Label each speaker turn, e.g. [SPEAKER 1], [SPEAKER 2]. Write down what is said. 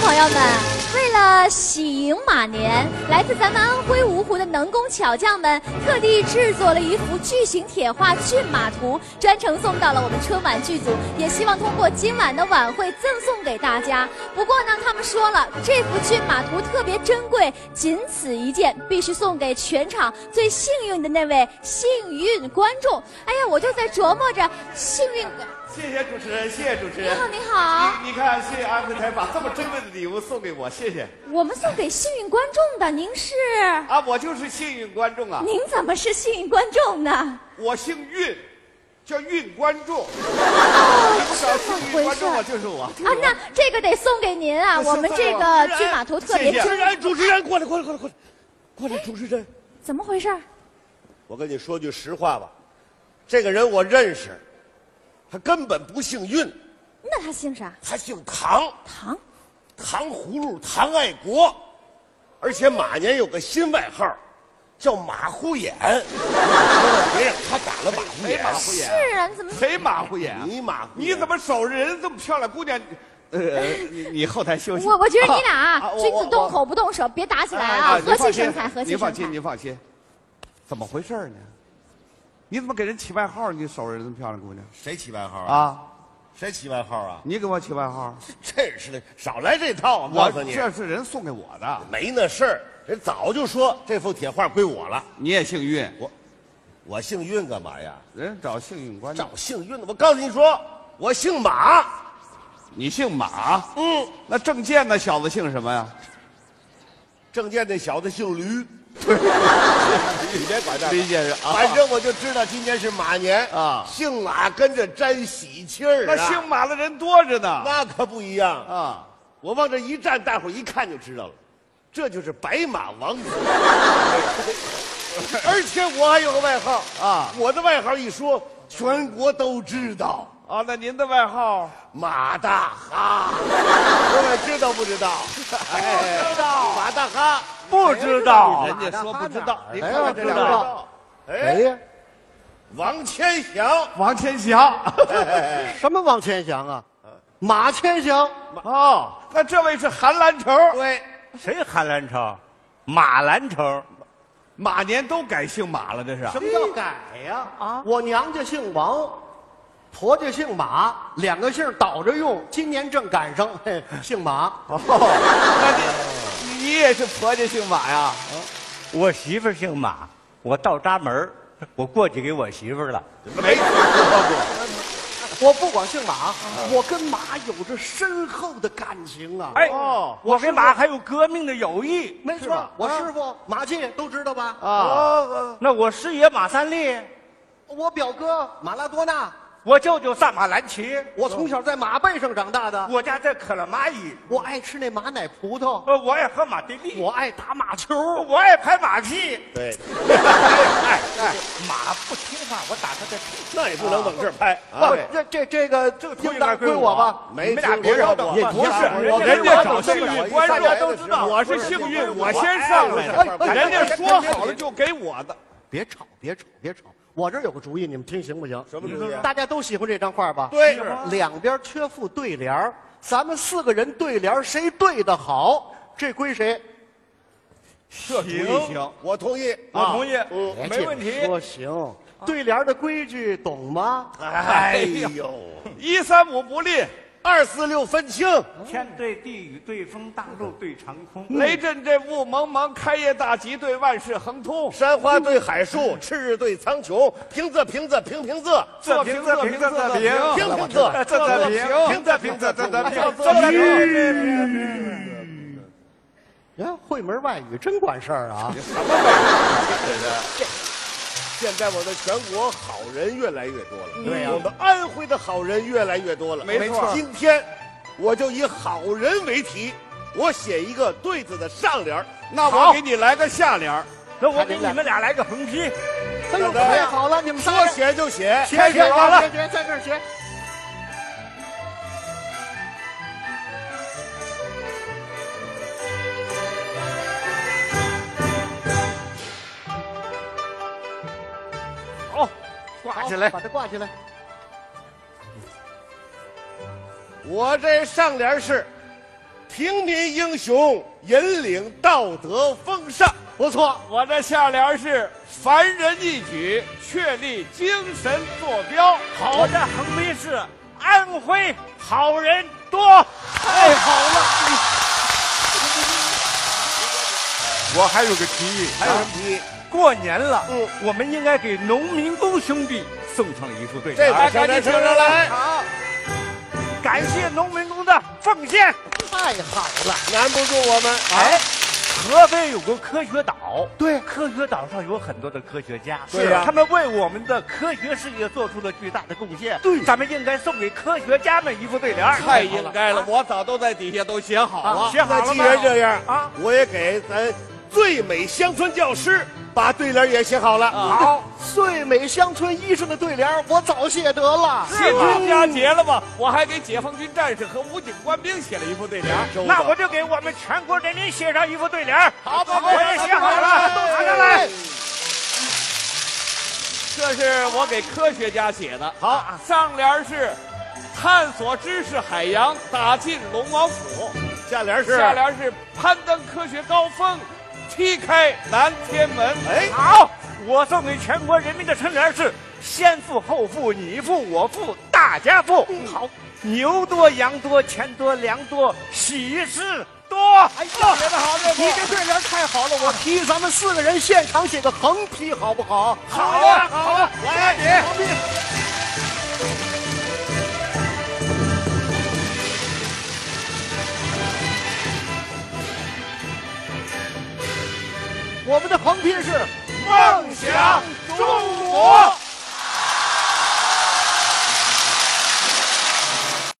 [SPEAKER 1] 朋友们，为了喜迎马年，来自咱们安徽芜湖的能工巧匠们特地制作了一幅巨型铁画《骏马图》，专程送到了我们春晚剧组，也希望通过今晚的晚会赠送给大家。不过呢，他们说了，这幅《骏马图》特别珍贵，仅此一件，必须送给全场最幸运的那位幸运观众。哎呀，我就在琢磨着幸运。
[SPEAKER 2] 谢谢主持人，谢谢主
[SPEAKER 1] 你
[SPEAKER 2] 持人。
[SPEAKER 1] 好，你好。
[SPEAKER 2] 你看，谢谢安徽台把这么珍贵的礼物送给我，谢谢。
[SPEAKER 1] 我们送给幸运观众的，您是？
[SPEAKER 2] 啊，我就是幸运观众啊，
[SPEAKER 1] 您怎么是幸运观众呢？
[SPEAKER 2] 我姓运，叫运观众。
[SPEAKER 1] 哦，
[SPEAKER 2] 不
[SPEAKER 1] 这
[SPEAKER 2] 少幸
[SPEAKER 1] 么
[SPEAKER 2] 运
[SPEAKER 1] 回
[SPEAKER 2] 观
[SPEAKER 1] 事
[SPEAKER 2] 众
[SPEAKER 1] 儿
[SPEAKER 2] 啊，就是我。
[SPEAKER 1] 啊？那这个得送给您啊，我们这个骏马图特别
[SPEAKER 2] 哎谢谢
[SPEAKER 1] 珍，
[SPEAKER 3] 哎，主持人过来，过来，过来，过来，过来，主持人，
[SPEAKER 1] 怎么回事儿？
[SPEAKER 3] 我跟你说句实话吧，这个人我认识，他根本不姓运，
[SPEAKER 1] 那他姓啥？
[SPEAKER 3] 他姓唐，
[SPEAKER 1] 唐？
[SPEAKER 3] 糖葫芦，唐爱国，而且马年有个新外号，叫马虎眼。别让他打了马虎
[SPEAKER 2] 谁
[SPEAKER 3] 眼
[SPEAKER 2] 马，虎眼？
[SPEAKER 1] 是啊，你怎么？
[SPEAKER 2] 谁马虎眼啊？
[SPEAKER 3] 你马虎眼，
[SPEAKER 2] 哎你怎么守着人这么漂亮姑娘？呃，你你后台休息。
[SPEAKER 1] 我我觉得你俩
[SPEAKER 2] 啊
[SPEAKER 1] 啊
[SPEAKER 2] 啊我
[SPEAKER 1] 君
[SPEAKER 2] 我
[SPEAKER 1] 子动
[SPEAKER 2] 我
[SPEAKER 1] 口不动手，别打起来
[SPEAKER 2] 哎
[SPEAKER 1] 啊，
[SPEAKER 2] 哎
[SPEAKER 1] 和
[SPEAKER 2] 您放
[SPEAKER 1] 气
[SPEAKER 2] 心
[SPEAKER 1] 生财，和气
[SPEAKER 2] 您
[SPEAKER 1] 生
[SPEAKER 2] 放心，
[SPEAKER 1] 财。
[SPEAKER 2] 您放心。怎么回事儿呢？你怎么给人起外号？你守着人这么漂亮姑娘
[SPEAKER 3] 谁起外号？
[SPEAKER 2] 啊？
[SPEAKER 3] 谁起外号啊？
[SPEAKER 2] 你给我起外号？
[SPEAKER 3] 真是的，少来这套！我
[SPEAKER 2] 我
[SPEAKER 3] 告诉你，
[SPEAKER 2] 这是人送给我的，
[SPEAKER 3] 没那事儿，人早就说这幅铁画归我了。
[SPEAKER 2] 你也幸运，
[SPEAKER 3] 我姓运干嘛呀？
[SPEAKER 2] 人找幸运观众
[SPEAKER 3] 找。姓运的，我告诉你说，我姓马。
[SPEAKER 2] 你姓马，
[SPEAKER 3] 嗯，
[SPEAKER 2] 那郑健那小子姓什么呀？
[SPEAKER 3] 郑健那小子姓驴。 你别管这个
[SPEAKER 2] 李先生啊
[SPEAKER 3] 反正我就知道今年是马年
[SPEAKER 2] 啊
[SPEAKER 3] 姓马跟着沾喜气儿啊。
[SPEAKER 2] 那姓马的人多着呢。
[SPEAKER 3] 那可不一样啊！
[SPEAKER 2] 啊，
[SPEAKER 3] 我往这一站，大伙儿一看就知道了，这就是白马 王子。而且我还有个外号
[SPEAKER 2] 啊
[SPEAKER 3] 我的外号一说，全国都知道。
[SPEAKER 2] 啊，那您的外号？
[SPEAKER 3] 马大 哈，各位知道不知道？
[SPEAKER 2] 哎
[SPEAKER 3] 不知道。马大哈，
[SPEAKER 2] 不知道，人家说
[SPEAKER 4] 马
[SPEAKER 2] 不知
[SPEAKER 4] 大哈
[SPEAKER 2] 道。您
[SPEAKER 4] 哪儿
[SPEAKER 2] 看
[SPEAKER 4] 呀
[SPEAKER 2] 看这
[SPEAKER 4] 知
[SPEAKER 2] 两
[SPEAKER 4] 道
[SPEAKER 2] 个，
[SPEAKER 3] 哎
[SPEAKER 4] 谁，呀？
[SPEAKER 3] 王千祥，
[SPEAKER 2] 王千祥。
[SPEAKER 4] 什么王千祥啊？马千祥，
[SPEAKER 2] 哦，那这位是韩兰成。
[SPEAKER 3] 对，
[SPEAKER 5] 谁韩兰成？马兰成，
[SPEAKER 2] 马年都改姓马了，这是
[SPEAKER 4] 什么叫改呀？啊，我娘家姓王，婆家姓马，两个姓倒着用，今年正赶上，嘿，姓马。
[SPEAKER 2] 那你你也是婆家姓马呀？
[SPEAKER 5] 我媳妇儿姓马，我倒扎门儿我过去给我媳妇儿了。
[SPEAKER 2] 没
[SPEAKER 4] 我不光姓马，我跟马有着深厚的感情啊。
[SPEAKER 5] 哎，
[SPEAKER 2] 哦
[SPEAKER 5] 我跟马还有革命的友谊。
[SPEAKER 4] 没
[SPEAKER 2] 是
[SPEAKER 4] 错
[SPEAKER 2] 吧，
[SPEAKER 4] 我师傅马季都知道吧？
[SPEAKER 2] 啊，
[SPEAKER 5] 那我师爷马三立，
[SPEAKER 4] 我表哥马拉多纳，
[SPEAKER 5] 我舅舅萨马兰奇，
[SPEAKER 4] 我从小在马背上长大的，
[SPEAKER 5] 我家在可拉蚂蚁，
[SPEAKER 4] 我爱吃那马奶葡萄，
[SPEAKER 5] 呃，我爱喝马德利，
[SPEAKER 4] 我爱打马球。
[SPEAKER 5] 我爱拍马屁。
[SPEAKER 3] 对，
[SPEAKER 5] 哎哎，马不听话，我打他的屁。
[SPEAKER 3] 那也不能往这儿拍
[SPEAKER 4] 不
[SPEAKER 3] 啊。对，
[SPEAKER 4] 这这这个这
[SPEAKER 5] 个
[SPEAKER 4] 应当归我吧？
[SPEAKER 3] 没
[SPEAKER 5] 你们俩
[SPEAKER 3] 听
[SPEAKER 5] 别
[SPEAKER 3] 说
[SPEAKER 5] 绕
[SPEAKER 3] 过
[SPEAKER 5] 道
[SPEAKER 3] 也
[SPEAKER 5] 不是
[SPEAKER 3] 我
[SPEAKER 5] 人
[SPEAKER 3] 我
[SPEAKER 5] 家
[SPEAKER 3] 我
[SPEAKER 5] 找幸运观
[SPEAKER 3] 大
[SPEAKER 5] 众，
[SPEAKER 3] 家都知道
[SPEAKER 5] 我是幸运，我
[SPEAKER 3] 我
[SPEAKER 5] 先上来
[SPEAKER 3] 哎哎
[SPEAKER 5] 的，
[SPEAKER 3] 哎
[SPEAKER 5] 人家说好了就给我的。
[SPEAKER 4] 别吵，别吵，别吵！我这儿有个主意，你们听行不行？
[SPEAKER 3] 什么主意啊
[SPEAKER 4] 大家都喜欢这张画吧？
[SPEAKER 3] 对，
[SPEAKER 4] 两边缺副对联儿咱们四个人对联儿谁对的好，这归谁？
[SPEAKER 2] 这主意行。
[SPEAKER 3] 我同意。
[SPEAKER 5] 我同
[SPEAKER 4] 啊
[SPEAKER 5] 意，嗯没问题。
[SPEAKER 4] 说行，对联儿的规矩懂吗？
[SPEAKER 3] 哎呦，
[SPEAKER 2] 一三五不吝，
[SPEAKER 3] 二四六分清，
[SPEAKER 5] 天对地，雨对风，大陆对长空。哎
[SPEAKER 2] 雷震震，雾蒙蒙，开业大吉，对万事亨通。
[SPEAKER 3] 山花对海树，赤日对苍穹，平仄平仄平平仄，
[SPEAKER 2] 仄平仄平仄仄平，
[SPEAKER 3] 平平仄，
[SPEAKER 2] 仄仄平，
[SPEAKER 3] 平仄平仄仄仄平仄。哎
[SPEAKER 4] 呀，会门外语真管事儿啊！
[SPEAKER 3] 现在我的全国好人越来越多了，嗯对啊呀、我们安徽的好人越来越多了。
[SPEAKER 2] 没错
[SPEAKER 3] 今天我就以好人为题，我写一个对子的上联儿。
[SPEAKER 2] 那我
[SPEAKER 3] 好
[SPEAKER 2] 给你来个下联儿
[SPEAKER 5] 那我给你们俩来个横批，
[SPEAKER 4] 哎呦，太好了，你们仨
[SPEAKER 3] 说
[SPEAKER 4] 人
[SPEAKER 3] 写就写，
[SPEAKER 4] 学学
[SPEAKER 3] 好了
[SPEAKER 4] 学学，在这儿学。
[SPEAKER 5] 好，挂
[SPEAKER 4] 好
[SPEAKER 5] 起来。
[SPEAKER 4] 把它挂起来。
[SPEAKER 3] 我这上联是：平民英雄，引领道德风尚。
[SPEAKER 4] 不错，
[SPEAKER 2] 我的下联是凡人一举，确立精神坐标。
[SPEAKER 5] 我的横批是安徽好人多，
[SPEAKER 3] 哎
[SPEAKER 5] 太好了。
[SPEAKER 6] 我还有个提议，
[SPEAKER 3] 还有什么提议？
[SPEAKER 5] 过年了，
[SPEAKER 3] 嗯
[SPEAKER 5] 我们应该给农民工兄弟送上一副对
[SPEAKER 3] 这
[SPEAKER 5] 联
[SPEAKER 3] 把
[SPEAKER 5] 儿，
[SPEAKER 3] 小点声上
[SPEAKER 2] 哎
[SPEAKER 3] 来，
[SPEAKER 4] 好，
[SPEAKER 5] 感谢农民工的奉献。
[SPEAKER 4] 太好了。
[SPEAKER 3] 难不住我们。
[SPEAKER 5] 哎，河北有个科学岛，
[SPEAKER 4] 对
[SPEAKER 5] 科学岛上有很多的科学家，
[SPEAKER 3] 是啊
[SPEAKER 5] 他们为我们的科学事业做出了巨大的贡献。
[SPEAKER 4] 对
[SPEAKER 5] 咱们应该送给科学家们一副对联儿。
[SPEAKER 2] 太应该了，我早都在底下都写好了。
[SPEAKER 5] 啊写
[SPEAKER 3] 那
[SPEAKER 5] 好了
[SPEAKER 3] 既然
[SPEAKER 5] 吗？
[SPEAKER 3] 这样
[SPEAKER 5] 啊，
[SPEAKER 3] 我也给咱最美乡村教师把对联也写好了。
[SPEAKER 2] 啊
[SPEAKER 4] 好，最美乡村医生的对联儿我早写得了。
[SPEAKER 2] 协军佳节了吗？我还给解放军战士和武警官兵写了一副对联。
[SPEAKER 5] 那我就给我们全国人民写上一副对联儿。
[SPEAKER 4] 好宝贝
[SPEAKER 5] 我也写好
[SPEAKER 4] 哎
[SPEAKER 5] 了，拿上来。
[SPEAKER 2] 这是我给科学家写的。
[SPEAKER 3] 好，
[SPEAKER 2] 上联是探索知识海洋，打进龙王府；
[SPEAKER 3] 下联是
[SPEAKER 2] 下联是攀登科学高峰，踢开南天门。
[SPEAKER 3] 哎，
[SPEAKER 5] 好，我送给全国人民的春联是：先富后富，你富我富，大家富。好，牛多羊多钱多粮多，喜事多。哎呀，
[SPEAKER 2] 写得好，这
[SPEAKER 5] 你
[SPEAKER 2] 不
[SPEAKER 5] 这对联太好了，我
[SPEAKER 4] 批咱们四个人现场写个横批好不好？
[SPEAKER 5] 好啊呀，好呀，
[SPEAKER 3] 来
[SPEAKER 4] 我们的横批是
[SPEAKER 5] 梦想中国。